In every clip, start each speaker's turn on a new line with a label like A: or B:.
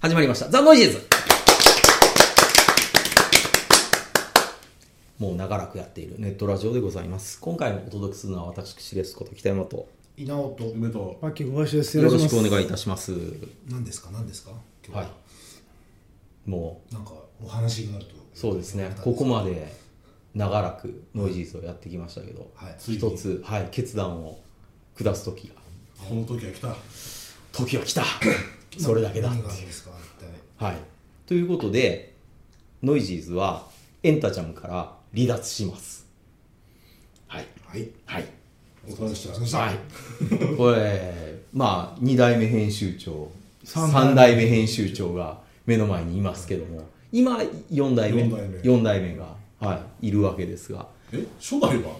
A: 始まりました。ザ・ノイジーズもう長らくやっているネットラジオでございます。今回もお届けするのは私ですこと北山と
B: 稲尾と梅と
C: マッキー小林です。
A: よろしくお
C: いし
A: 願いいたします。
B: 何ですか何ですか今日
A: はい。も
B: なんかお話になると
A: う、そうですね。ここまで長らくノイジーズをやってきましたけど、
B: はい
D: ついに
A: 一つ、はい、決断を下す時が、
D: この時は来た
A: 時は来 たそれだけだって
B: 何
A: いう
B: があるんですか一体
A: はい。ということで、ノイジーズはエンタちゃんから離脱します。はい。
B: はい
A: はい。
B: お疲れ様でしたお疲れ様でした
A: はい。 これ、まあ、2代目編集長、
C: 三
A: 3代目編集長が目の前にいますけども、今、4代目、
D: 四代目
A: 4代目が、はい、いるわけですが。
D: え初代は
C: ま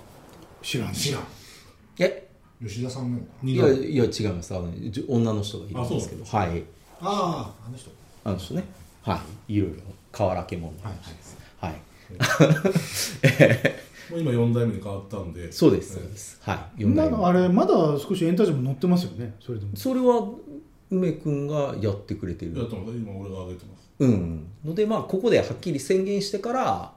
C: す。知らん
B: 知
C: し。
B: らん
A: え
B: 吉田さんなの
A: い
B: か
D: 二
A: や、
D: 代
A: いや違います。あの、じ女の人がいるんですけど、はい。
B: あああの人
A: あの人ね、はい。いろいろ、河原家もの話です。はい
D: もう今4代目に変わったんで
A: そうです、そうです。はい。四
C: な
A: 代目
C: のあれまだ少しエンタジム乗ってますよね。それでも。
A: それは梅君がやってくれて
D: やっ
A: る。
D: てます今俺が上げてます
A: うん。ので、まあ、ここではっきり宣言してから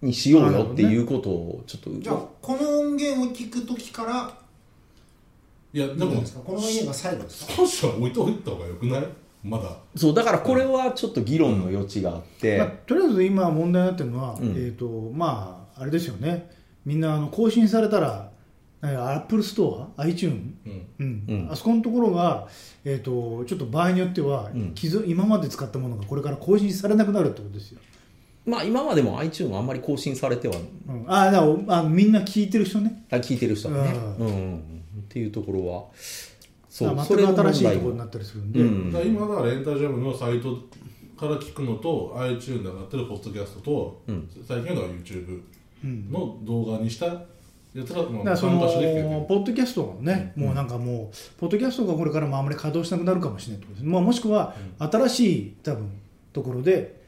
A: にしようよっていうことを、ちょっと、
B: じゃあこの音源を聞く時から
D: いやで
B: どうなん
D: も
B: ですかこの家が最後ですか
D: 少しは置いておいた方がよくないまだ
A: そう、だからこれはちょっと議論の余地があって、
C: まあ、とりあえず今問題になってるのは、
A: うん
C: えっ、とまああれですよね。みんなあの更新されたら、アップルストア、iTune、
D: うん
C: うん、
A: うん
C: あそこのところがえっ、とちょっと場合によっては、
A: うん
C: 既存今まで使ったものがこれから更新されなくなるってことですよ。
A: まあ、今までも iTunes はあんまり更新されては、
C: うん、ああだからあのみんな聞いてる人ね。
A: 聞いてる人はね、う、
C: うん
A: っていうところは、
C: だから
A: れの
C: 全く
A: 問題
C: 新しいところに
A: も
C: なったりするんで。
A: うん
D: だから今だからレンタジャムのサイトから聞くのと iTunes で上がってるポッドキャストと、
A: うん
D: 最近のは YouTube
C: うん
D: の動画にしたやつが
C: だ
D: まあ
C: からそ
D: 参
C: の
D: 加してきてる
C: ポッドキャストがね、もうなんかもうポッドキャストがこれからもあんまり稼働しなくなるかもしれないってことです、まあ、もしくは新しい多分ところで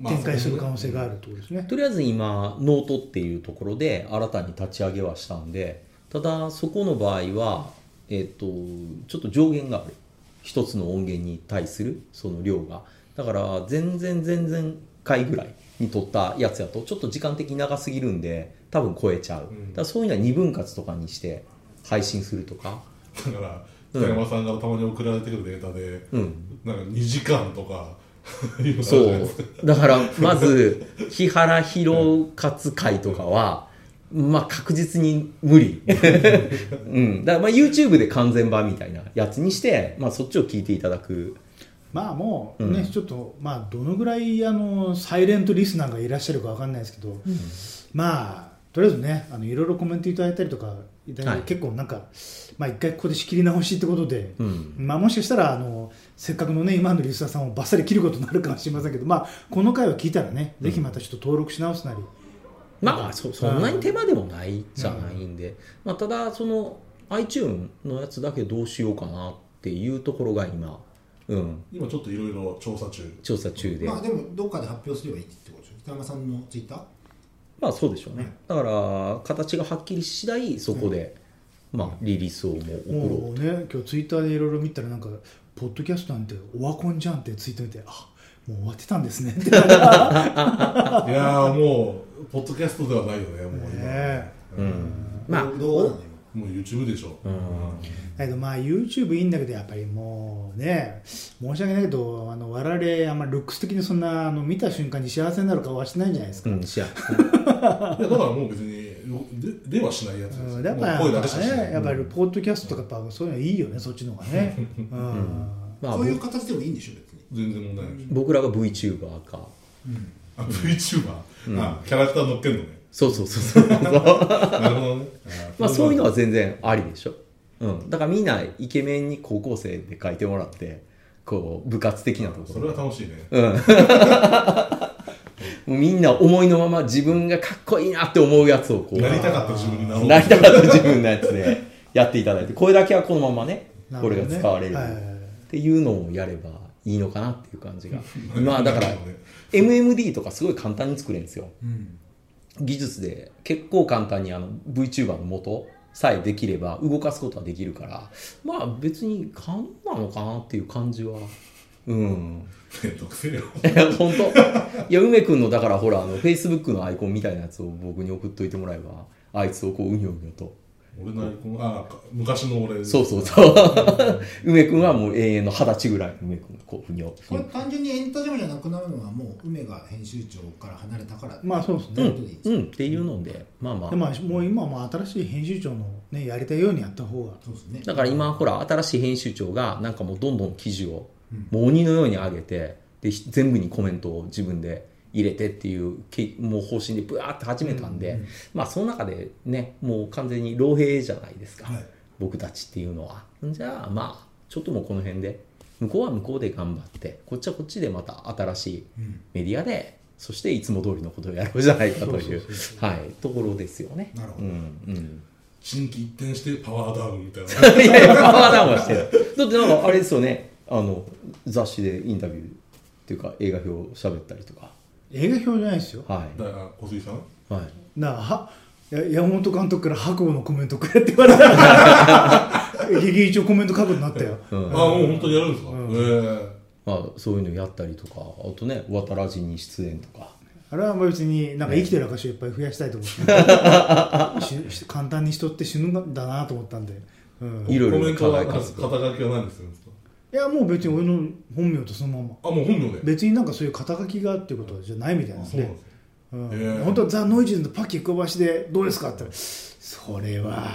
D: まあ
C: 展開する可能性があるってことですね、
A: とりあえず今ノートっていうところで新たに立ち上げはしたんでただそこの場合は、えっとちょっと上限がある一つの音源に対するその量がだから全然全然回ぐらいに取ったやつやとちょっと時間的に長すぎるんで多分超えちゃう、
D: うん
A: だからそういうのは2分割とかにして配信するとか
D: だから北山さんがたまに送られてくるデータで、
A: うん
D: なんか2時間とか いうのがあるじゃ
A: そ
D: ないで
A: う
D: すか。
A: だから、まず、日原弘勝会とかは、まあ確実に無 理。うん。だからまあ YouTube で完全版みたいなやつにして、まあそっちを聞いていただく。
C: まあもうね、
A: うん
C: ちょっとまあどのぐらいあのサイレントリスナーがいらっしゃるかわかんないですけど、まあとりあえずねあのいろいろコメントいただいたりとかいただい
A: は
C: て
A: い
C: 結構なんか、まあ、一回ここで仕切り直しってことで、
A: うん。
C: まあ、もしかしたらあのせっかくのね今のリスナーさんをバッサリ切ることになるかもしれませんけど、まあ、この回を聞いたらね、ぜひまたちょっと登録し直すなり、
A: まあそそんなに手間でもないじゃないんで、まあただ、その iTune のやつだけどうしようかなっていうところが今、うん、
D: 今ちょっといろいろ調査中
A: 調査中で。
B: まあでもどっかで発表すればいいってことでしょ北山さんのツイッター
A: まあそうでしょうね。だから、形がはっきりし次第、そこで、まあリリースをもう送ろう
C: もうね今日ツイッターでいろいろ見たらなんか「ポッドキャストなんてオワコンじゃん」ってツイート見て「あもう終わってたんですね」ってね
D: いやーもうポッドキャストではないよねもう今、
C: え
A: うんまあ、
B: 動画なのよ
D: もう YouTube でしょ、
C: だけどまあ YouTube いいんだけどやっぱりもうね申し訳ないけどあの我々あんまルックス的にそんなあの見た瞬間に幸せになる顔はしないじゃないです
A: う
C: か、
A: ん、しや。
D: いやだからもう別にでではしないやつです
C: う
D: よ
C: ん、だから
D: もう声
C: やっ
D: 出
C: ぱ
D: しかしない
C: ねやっぱりポッドキャストとかやっぱそういうのいいよねそっちの方が ね、うん
A: まあ
B: そう、いう形でもいいんでしょ別
D: 全
B: に
D: 然問題ないでしょ、
A: 僕らが VTuber か。
D: あ VTuber、あキャラクター乗っけんの ね
A: そうそうそうそう。
D: なるほどね
A: まあそういうの
D: は
A: は全然ありでしょ。うん。だからみんなイケメンに高校生で書いてもらって、こう、部活的なとこ
D: そ
A: ろ。
D: れは楽しいね、
A: もうみんな思いのまま自分がかっこいいなって思うやつをこう、
D: なりたかった自分になろう
A: なりたかった自分のやつで やっていただいて、これだけはこのままね、これが使われる。
C: なほどねはい
A: っていうのをやればいいのかなっていう感じがまあだから
D: なるほどね
A: MMD とかすごい簡単に作れるんですよ、技術で結構簡単にあの VTuber の元さえできれば動かすことはできるからまあ別に勘なのかなっていう感じはうん
D: めんどく せえよ
A: いや本当いや梅君のだからほらあのフェイスブックのアイコンみたいなやつを僕に送っといてもらえばあいつをこううにょうにょと
D: 俺のアイコンあか昔の俺
A: そうそうそう 梅君はもう永遠の二十歳ぐらいの梅君がこうふにょふ
B: こ
A: に
B: れ
A: ょ
B: 単純にエンタジャムじゃなくなるのはもう梅が編集長から離れたからって
C: まあそうです
A: う
C: ね、
A: ん、うん、っていうのでまあまあ
C: でまあもう今はもう新しい編集長のねやりたいようにやった方が
B: そうですね
A: だから今ほら新しい編集長がなんかもうどんどん記事をもう鬼のように上げてでひ全部にコメントを自分で入れてっていうけもう方針でブワーって始めたんで、まあその中でねもう完全に老兵じゃないですか、
B: はい
A: 僕たちっていうのはじゃあまあちょっともうこの辺で向こうは向こうで頑張ってこっちはこっちでまた新しい
B: うん
A: メディアでそしていつも通りのことをやろうじゃないかと
C: そうそ
A: いううはいところですよね。
B: なるほど
A: うんうん
D: 新規一転してパワーダウンみたい な
A: いやいや、パワーダウンはしてる。だってなんかあれですよね、あの、雑誌でインタビューっていうか映画表を喋ったりとか。
C: 映画表じゃないですよ
A: は
D: だから小杉さん
A: い。はい。
C: だからはや山本監督から白鵬のコメントくれって言われた から劇一応コメント書くようになったよ、
A: うん
D: あもう本当にやるんですか、え
A: まあ、そういうのやったりとか、あとね、渡らじに出演とか。
C: あれはまあ別になんか生きてる証をいっぱい増やしたいと思っ てしし簡単に人って死ぬんだなと思ったんで、うん、
A: い
D: え
A: ろいろ
D: コメントは
A: 考え
D: 肩
A: 方
D: 書きは何でするんですか
C: いやもう別に俺の本名とそのまま
D: あもう本名で
C: 別になんかそういう肩書きがっていうことじゃないみたいなんです
D: そうなん
C: ね
D: ですね
C: うん
D: へえ
C: 本当はザ・ノイジーズのパキ小橋でどうですかって言ったらそれは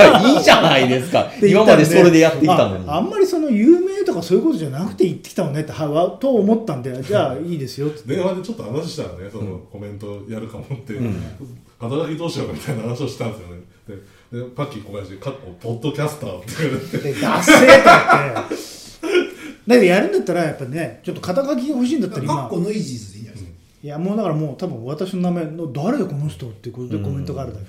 A: いや、いいじゃないですか。今までそれでやってきたのに。
C: ああんまりその有名とかそういうことじゃなくて行ってきたのねってはわと思ったんでじゃあいいですよって
D: 電話でちょっと話したらねそのコメントやるかもって、肩書きどうしようかみたいな話をしたんですよねででパッキー小林で「かっこポッドキャスター」って言われて
C: でダッセーと思ってだけどやるんだったらやっぱねちょっと肩書きが欲しいんだったら
B: かっ
C: 今
B: こノイジーズでいいんじゃないですか
C: いやもうだからもう多分私の名前の誰この人っていうことでコメントがあるだけ、うん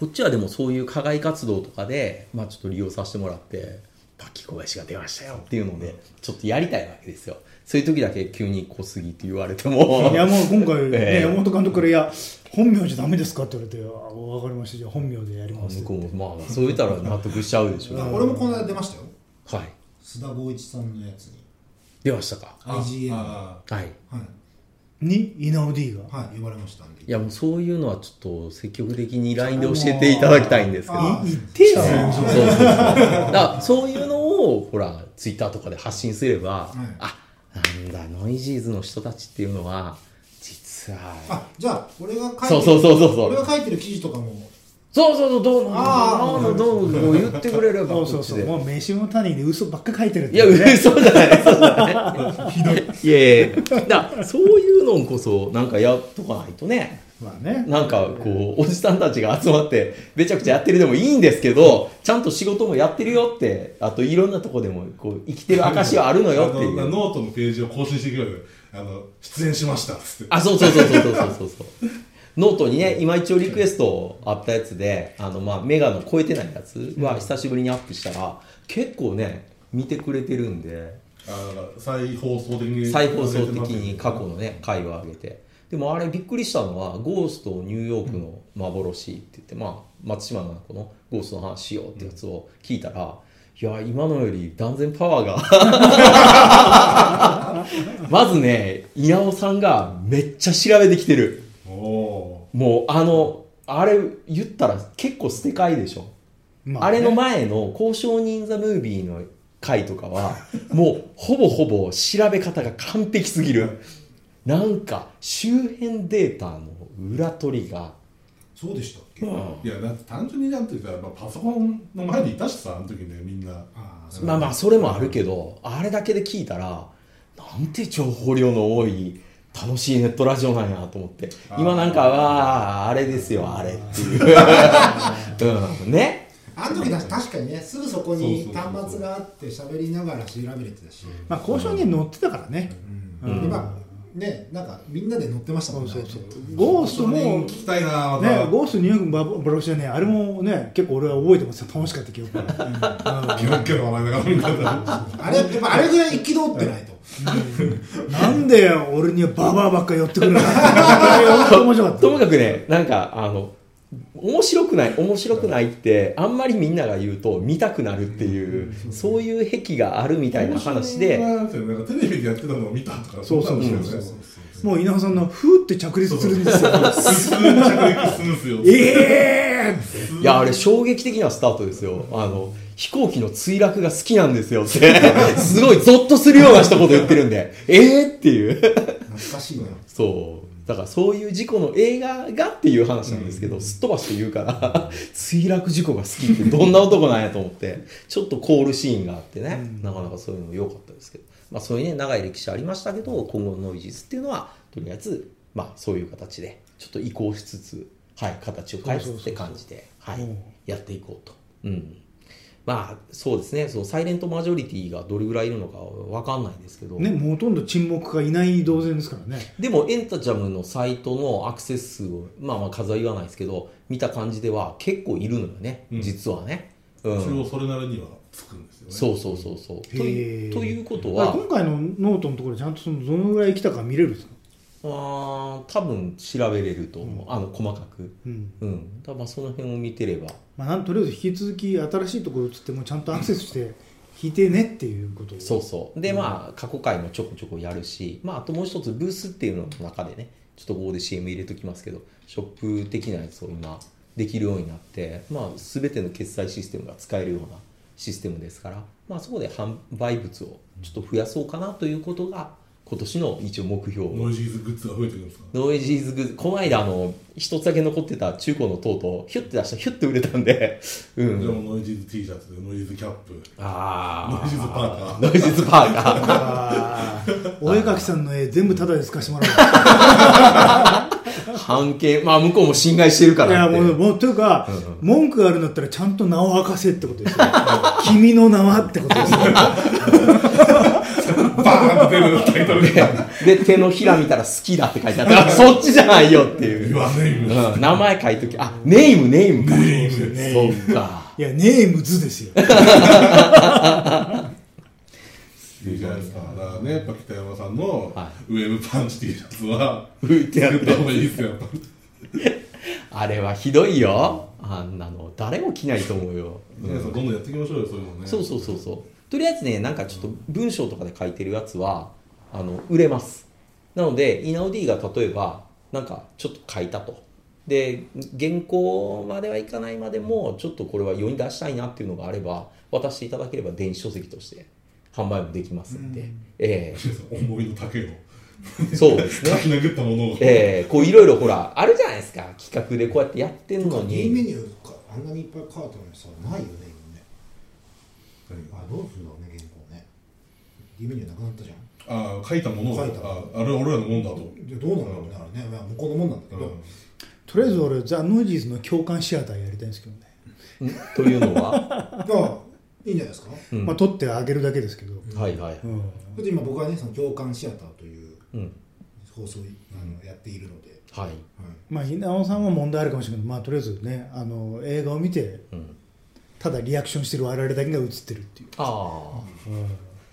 A: こっちはでもそういう課外活動とかで、まあちょっと利用させてもらって、パッキー小林が出ましたよっていうので、ちょっとやりたいわけですよ。そういう時だけ急に小杉って言われても。
C: いやもう今回、ね
A: ええ
C: 山本監督から「いや本名じゃダメですか?」って言われて「あ分かりましたじゃあ本名でやります
A: 向」こうも、まあ、そう言ったら納得しちゃうでしょうね。
B: だから俺もこの間出ましたよ
A: はい。
B: 須田剛一さんのやつに
A: 出ましたか。
D: あ
B: IGN
D: あ
A: はい。
B: はい
C: に稲尾 D が
B: はい呼ばれましたんで
A: いや、もうそういうのはちょっと積極的に LINE で教えていただきたいんですけど。
B: あのー
A: あ
C: い言って
A: そ
C: よ
A: うそうそう。だからそういうのを、ほら、ツイッターとかで発信すれば、
B: い
A: あ、なんだ、ノイジーズの人たちっていうのは、実は、
B: あじゃあ俺が書いてる
A: そうそうそうそうそう
B: 俺が書いてる記事とかも
A: そうそうそう、どうな
B: あ
A: のどうなのどう言ってくれれば、
C: そうそうそう
A: こっちで
C: もう飯の種に嘘ばっか書いてるって
A: いや、
C: うね
A: 嘘じゃない、嘘じゃない。ひどい。いやいやだからそういうのこそ、なんかやっとかないとね。
C: まあね
A: なんかこうおじさんたちが集まってめちゃくちゃやってるでもいいんですけどちゃんと仕事もやってるよってあといろんなとこでもこう生きてる証はあるのよってい
D: あの
A: う
D: ノートのページを更新してくれるあの出演しましたっつって
A: あそうそうそうそうそうそうそうノートにね今一応リクエストあったやつであのまあメガの超えてないやつは久しぶりにアップしたら結構ね見てくれてるんで
D: あだから再放送的に
A: 再放送的に過去のね回を上げてでもあれびっくりしたのは「ゴーストニューヨークの幻」って言って、まあ、松島のこの「ゴーストの話しよう」ってやつを聞いたら、いや今のより断然パワーが まずね稲尾さんがめっちゃ調べてきてる
D: おお
A: もうあのあれ言ったら結構捨て替えでしょ
C: ま
A: あ
C: ね
A: れの前の「交渉人ザ・ムービー」の回とかはもうほぼほぼ調べ方が完璧すぎるなんか周辺データの裏取りが
B: そうでしたっけ、
D: ーいやだって単純になんていうか、まあ、パソコンの前にいたしさあの時ねみんな
B: ああ
A: まあまあそれもあるけどあれだけで聞いたらなんて情報量の多い楽しいネットラジオなんやと思って今なんかはあれですよあれっていう、うん、ね
B: あの時だ確かにねすぐそこ
D: そ
B: に
D: うそうそうそう
B: 端末があって喋りながら調べれてたし、
C: まあ交渉に乗ってたからね、
B: うんでまあねなんかみんなで乗ってましたもんね
C: そうそうそうゴーストも
D: 聞きたいなまた、
C: ね、ゴーストニューヨークバブログじゃねあれもね結構俺は覚えてますよ楽しかった記憶が
D: ギョッギョッ笑いながら見てた
B: あれやっぱあれぐらい憤ってないと
C: なんで俺にはババアばっか寄ってくるの あれ本当面白かった
A: ともかくねなんかあの面白くない面白くないってあんまりみんなが言うと見たくなるっていうそういう癖があるみたいな話で
D: なんかテレビでやってたのを見たとか
C: そうそう
D: なんです
C: そ
D: よ
C: う
D: ね
C: そうもう稲穂さんの「ふー」って着陸するんですよ。
D: 普通に着陸するんですよ
C: ええ
A: いやあれ衝撃的なスタートですよあの飛行機の墜落が好きなんですよって すごいゾッとするような一言言ってるんでえーっていう
B: 懐かしいな
A: そうだからそういう事故の映画がっていう話なんですけど、すっ飛ばして言うから 墜落事故が好きってどんな男なんやと思って ちょっとコールシーンがあってね、なかなかそういうのも良かったですけど、まあ、そういうね長い歴史ありましたけど今後のノイジーズっていうのはとりあえず、まあ、そういう形でちょっと移行しつつ、はい、形を変えつつって感じではい
C: うん
A: やっていこうと。うんまあそうですねそのサイレントマジョリティがどれぐらいいるのかわかんないですけど、
C: ねもうほとんど沈黙がいない同然ですからね
A: でもエンタジャムのサイトのアクセス数をまあまあ数は言わないですけど見た感じでは結構いるのよね、
D: うん
A: 実はね、う
D: 一
A: ん、
D: 応それなりにはつくんですよね。
A: そうそうそうそうと
C: へ
A: い
C: ー
A: ということ
C: あ
A: は
C: 今回のノートのところちゃんとそのどのぐらい来たか見れるんですか、
A: あー多分調べれると思う、あの細かく
C: うん
A: うんだからまあその辺を見てれば
C: まあ、なんとりあえず引き続き新しいところ移ってもちゃんとアクセスして引いてねっていうこと
A: そううそうでまあ過去回もちょこちょこやるし、まあ、あともう一つブースっていうのの中でねちょっとここで CM 入れときますけどショップ的なやつを今できるようになって、まあ、全ての決済システムが使えるようなシステムですから、まあ、そこで販売物をちょっと増やそうかなということが今年の一応目標
D: ノイジーズグッズが増えてくるんですか。
A: ノイジーズグッズ、この間あの、一つだけ残ってた中古の塔と、ヒュッて出したらヒュッて売れたんで、う
D: で
A: ん。
D: もノイジーズ T シャツ、ノイジーズキャップ、
A: あ
D: ノイジーズパーカー。
A: ー。 ノイジーズパーカー。
C: あーお絵描きさんの絵全部タダで透かしてもらお
A: 半径、まあ向こうも侵害してるか
C: ういや
A: らって
C: もうもうというか、
A: うん
C: 文句があるんだったらちゃんと名を明かせってことですよ君の名はってことですよ
D: バーンって出るタイトルが。
A: で、手のひら見たら好きだって書いてあったから、そっちじゃないよっていう。
D: 言わねえよ。
A: うん、名前書いとき、あ、ネイム、ネイムか。
D: ネーム
C: ネイム
A: そうか。
C: いやネームズですよ
D: いいじゃないですか。だからね、やっぱ北山さんの
A: は
D: ウェブパンチ T シャツは、
A: うってやっ
D: 作った
A: て
D: 方。がいいですよ、やっぱり。
A: あれはひどいよ。あんなの、誰も着ないと思うよ。
D: 皆さん、どんどんやっていきましょうよ、そういうのね。
A: そうそうそうそう。とりあえずね、なんかちょっと文章とかで書いてるやつは、あの、売れます。なので、イナオディが例えば、なんかちょっと書いたと。で、原稿まではいかないまでも、ちょっとこれは世に出したいなっていうのがあれば、渡していただければ電子書籍として販売もできますんで。え
D: 皆さん 思いの丈を、
A: えそうです
D: 書
A: ね。
D: き殴ったものを。
A: ええこういろいろほら、あるじゃないですか。企画でこうやってやってんの
B: ゲームメ
A: に。
B: ニューかあんなにいっぱいカートにさないよね今ね
D: 何
B: あどうするんだろうね原稿ねゲームメニューなくなったじゃん
D: ああ、書いたものを、
B: 書いた
D: ああれ俺らのもんだと。
B: じゃあどうなんだろうねあれね、まあ、向こうのもんなんだけど、
C: とりあえず俺ザ・ノイジーズの共感シアターやりたいんですけどね、
A: んというのは、
B: だからいいんじゃないですかだ
A: うん
C: まあ、撮ってあげるだけですけど、
A: はいはい。
C: うん
B: って今僕はねその共感シアターという
A: うん。
B: 放送あのやっているので、
A: はい。
B: はい、
C: まあ稲尾さんは問題あるかもしれないけど、まあ、とりあえずねあの映画を見て
A: うん。
C: ただリアクションしてる我々だけが映ってるっていう
A: あ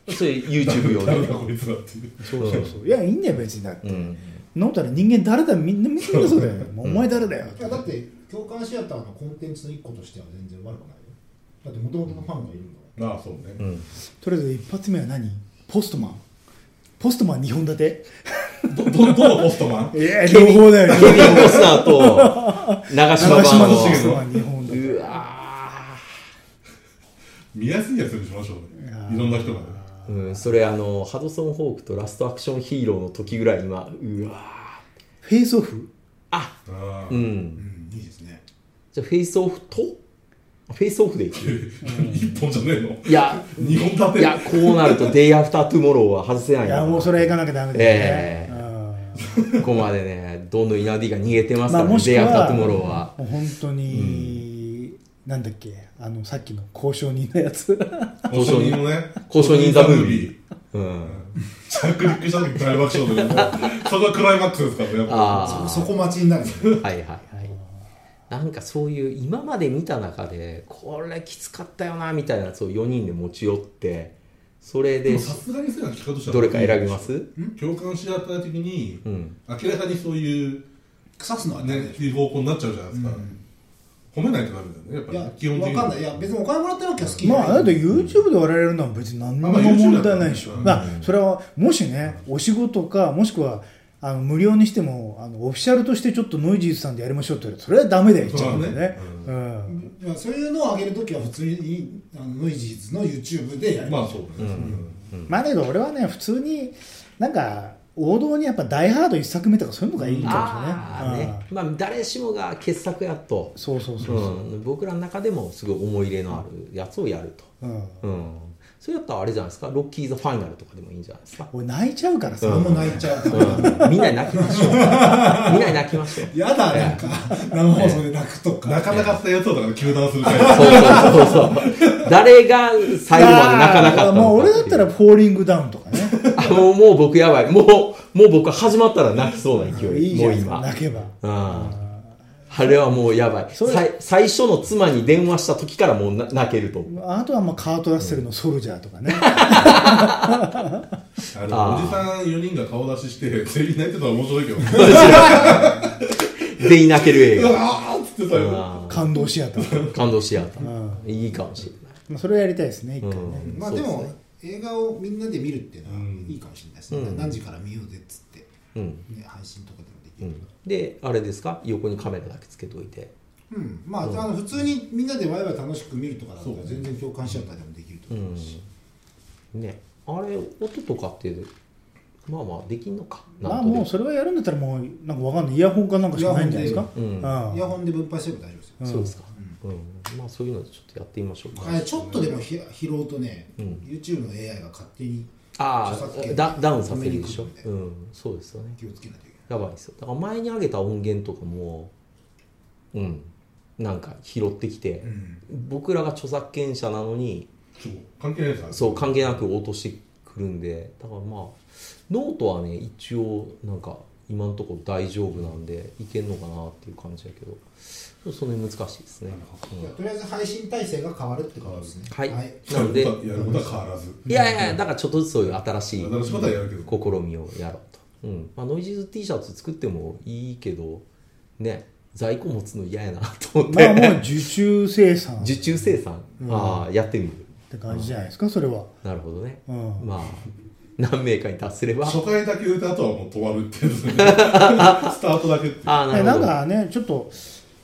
A: あ。それ YouTube 用
D: 誰だ
A: で。
D: こいつらっていう。
C: そうそうそういやいいんだよ別にだって、
A: うん。
C: 飲んだら人間誰だみんなみんなそうだよ、もうお前誰だよ
B: いやだって共感シアターのコンテンツの一個としては全然悪くないよだってもともとのファンがいるんだもん
D: ああ、そうね。
A: うん。
C: とりあえず一発目は何ポストマンポストマン2本立て
D: ど、ど、 どのポストマン
C: いや両方だよ
A: ケビン・コスナーと長
C: 長
A: 島バ
C: 島
A: ー
C: の
A: ン
C: ポスト
A: ド。
C: マン2本立て
A: うわ
D: 見やすいやつにしましょうね。いろんな人がね。
A: ーうん、それあの、ハドソン・ホークとラストアクションヒーローの時ぐらい今、うわー
C: フェイスオフ
A: あ、
D: ああ
A: う。ん。
B: うんいいですね
A: じゃあ、フェイスオフとフェイスオフでいく。
D: 一本じゃねえの
A: いや、
D: 二本立て
A: いや、こうなると、デイアフタートゥモローは外せない
C: い
A: な
C: やもうそれ行かなきゃダメだよね、
A: ええ
C: うん
A: ここまでね、どんどんイナディが逃げてますか
C: まあ、
A: らね、
C: もし
A: デイ
C: く
A: アフター
C: は
A: トゥモローは。
C: もう本当に、なんだっけあのさっきの交渉人のやつ
D: 交渉人のね。
A: 交渉人ザムービ
D: ー。
A: うん。
D: 着陸した時大爆笑だけど、そこがクライマックスですからね、やっぱ
A: ああ。
B: そこ待ちになるよね
A: はいはいはい。なんかそういう今まで見た中でこれきつかったよなみたいなやつを4人で持ち寄ってそれ
D: で
A: で
D: もさすがにそういうのは聞かとしては
A: どれか選びます
D: 共感し合った時に、
A: うん
D: 明らかにそういう、
B: 腐すのはね
D: ね、っていう方向になっちゃうじゃないですか。褒めないとダメだよねやっぱ
B: い
D: り
B: や
D: ね、基本的に
B: わかんない。いや、別にお金もらってるわけは好きじゃ
C: ま
B: ない。
C: あ、あなた YouTube で笑えるのは別に何にも
D: まあまあ YouTube
C: 問題ないでしょ。
D: だったら
C: まあ、それは、もしね、お仕事か、もしくは、あの無料にしてもあのオフィシャルとしてちょっとノイジーズさんでやりましょうって言われたらそれはダメだよ言っちゃうんだよね
D: そう
C: うん
B: いやそういうのを上げるときは普通にあのノイジーズの YouTube でやり
D: ま
B: ま
D: あ
B: す、
D: そうだね、
C: まあだけど俺はね普通になんか王道にやっぱ「ダイ・ハード」一作目とかそういうのがいいか
A: あ
C: も
A: あ
C: しれない
A: ね、まあ、誰しもが傑作やと
C: うん、そうそうそううそ
A: ん、僕らの中でもすごい思い入れのあるやつをやる
C: う、うん、
A: と、うん、それやったらあれじゃないですかロッキー・ザ・ファイナルとかでもいいんじゃないです か、
C: 俺泣いちゃうからさ、
B: 俺も泣いちゃうから、
A: うん、みんなに泣きましょうみんなに泣きましょう
B: やだなんか生放送で泣くとか、
D: なかなかったやつをだから糾弾する
A: そうそう
D: 会
A: そうそう。誰が最後まで泣かなかったのかっていう
C: もう俺だったら、「フォーリングダウン」とかね
A: あもうもう僕やばい。もう、もう僕始まったら泣きそうな勢 い。
C: いいじ
A: も
C: ゃ
A: うん
C: 泣
A: 今。
C: けば
A: うん。あれはもうやばい。
C: それ
A: さい最初の妻に電話した時からもうな泣けると思う。
C: あとはまあカート・ラッセルの「ソルジャー」とかね、
D: あ
A: あー
D: のおじさん4人が顔出しして全員泣いてたら面白いけ ど
A: 全員泣ける映
D: う
A: 画。
D: わーっつってたよ
A: うん
C: 感動シアター
A: 感動し合った
C: う。
A: いいかもしれない。
C: まあそれをやりたいですね一回ね、
A: うん
B: まあで
A: そう
B: も
A: です
B: 映画をみんなで見るっていうのはいいかもしれないですね、
A: うん
B: 何時から見ようぜっつって、
A: うん。
B: ね、配信とかでもでき
A: う
B: る
A: ん、で、あれですか横にカメラだけつけといて。
B: うん、まあ,、あの普通にみんなでワイワイ楽しく見るとかだったら全然共感しちゃったりでもできると
A: う
B: 思
A: ん
B: うし、。
A: ね。あれ、音とかって、まあまあできんのか。
C: ま
A: な
C: あ
A: んとで
C: もうそれはやるんだったらもうなんかわかんないイヤホンかなんかしかないんじゃないですか、
A: うん
C: うん
B: イヤホンで分配すれば大丈夫ですよ、
C: うん
A: そうですか、うんまあそういうのでちょっとやってみましょうか、
B: あれちょっとでもひ拾うとね、
A: うん
B: YouTube の AI が勝手に
A: あ
B: 著作
A: あ
B: 権
A: ダダウンさせるでしょ
B: 止めに来、る
A: うんん、そうですよね
B: 気をつけないといけない
A: やばいですよだから前に上げた音源とかもうんなんか拾ってきて、
B: ん
A: 僕らが著作権者なのに
D: そう関係ないです
A: そう関係なく落としてくるんでだからまあノートはね一応なんか今のところ大丈夫なんでいけんのかなっていう感じだけどちょっとその辺難しいですね、うん
B: じゃあとりあえず配信体制が変わるってことですね
A: はい、
B: はい
A: なので
D: やることは変わらず
A: いやいやだからちょっとずつそういう新しい
D: 新しいことはやるけど
A: 試みをやろうと、うんまあ、ノイジーズ T シャツ作ってもいいけどね在庫持つの嫌やなと思っ
C: まあ
A: て、
C: もう受注生産っ
A: 受注生産、ああやってみる
C: て感じじゃないですかそれは、
A: なるほどね、
C: うん
A: まあ何名かに達すれば
D: 初回だけ売れてあとはもう止まるっ ていうスタートだけっていう
A: ああな
C: え
A: る
C: な
A: ほ
C: ん
A: ど
C: かねちょっと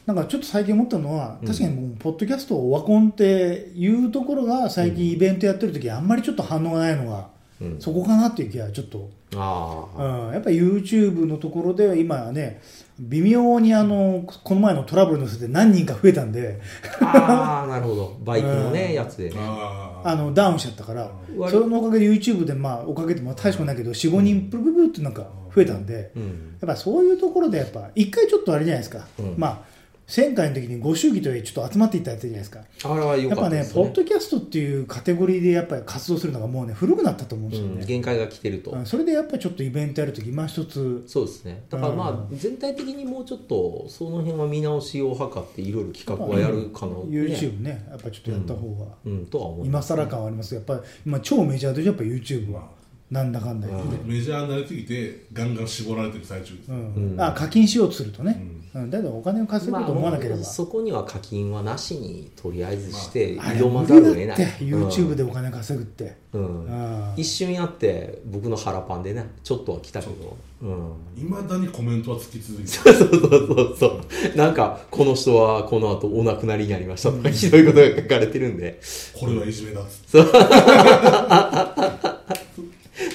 C: なんかちょっと最近思ったのは、確かにもうポッドキャストをオワコンっていうところが最近イベントやってる時あんまりちょっと反応がないのが、
A: うん
C: そこかなっていう気がちょっと、
A: あ
C: う
A: あ
C: ん、やっぱ YouTube のところで今はね微妙にあのこの前のトラブルのせいで何人か増えたんで
A: ああなるほどバイクのね、
C: うん
A: やつでね
D: あー
C: あのダウンしちゃったから
A: 割
C: それのおかげで YouTube でまあおかげでまあ大したことないけど45人プルプルプルってなんか増えたんで、
A: うん
C: やっぱそういうところでやっぱ一回ちょっとあれじゃないですか、
A: うん
C: まあ前回の時にご祝儀というちょっと集まっていったやつじゃないですか
A: あれは良
C: やっ
A: か
C: ぱ
A: った
C: ね
A: です
C: ポ
A: よ
C: ッ
A: ね
C: ドキャストっていうカテゴリーでやっぱり活動するのがもうね古くなったと思うんです
A: う
C: よね
A: ん、限界が来てると、
C: うんそれでやっぱりちょっとイベントやるとき今一つ
A: そうですねだからまあ、
C: う
A: 全体的にもうちょっとその辺は見直しを図っていろいろ企画はやるかな、ね
C: YouTube ねやっぱちょっとやった方が、
A: うんとは思い
C: 今
A: ます
C: 更感はありますやっぱり今超メジャーでやっぱ YouTube はなんだかんだ言って、
D: メジャーになりすぎてガンガン絞られてる最中です、
C: うんあ課金しようとするとね、うん、だけどお金を稼
A: ま
C: ぐ
A: あ
C: と思わなければ、
A: もうそこには課金はなしにとりあえずして
C: あれ
A: 挑ま
C: 無
A: ざるを
C: 理
A: 得
C: だっ
A: ない、
C: て
A: うん
C: YouTube でお金稼ぐって、
A: うん
C: うん
A: 一瞬やって僕の腹パンでねちょっとは来たけどうん
D: いまだにコメントはつき続けて
A: そうそうそうそうなんかこの人はこの後お亡くなりになりましたとかひどいことが書かれてるんで
D: これはいじめだっつって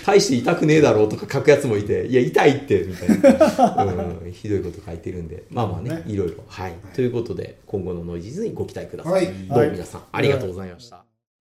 A: 大して痛くねえだろうとか書くやつもいて、いや、痛いって、みたいな、うん、ひどいこと書いてるんで、まあまあね
C: ね、
A: いろいろ。はい。ということで、今後のノイジーズにご期待ください。
B: はい
A: どうも皆さん、ありがとうございました。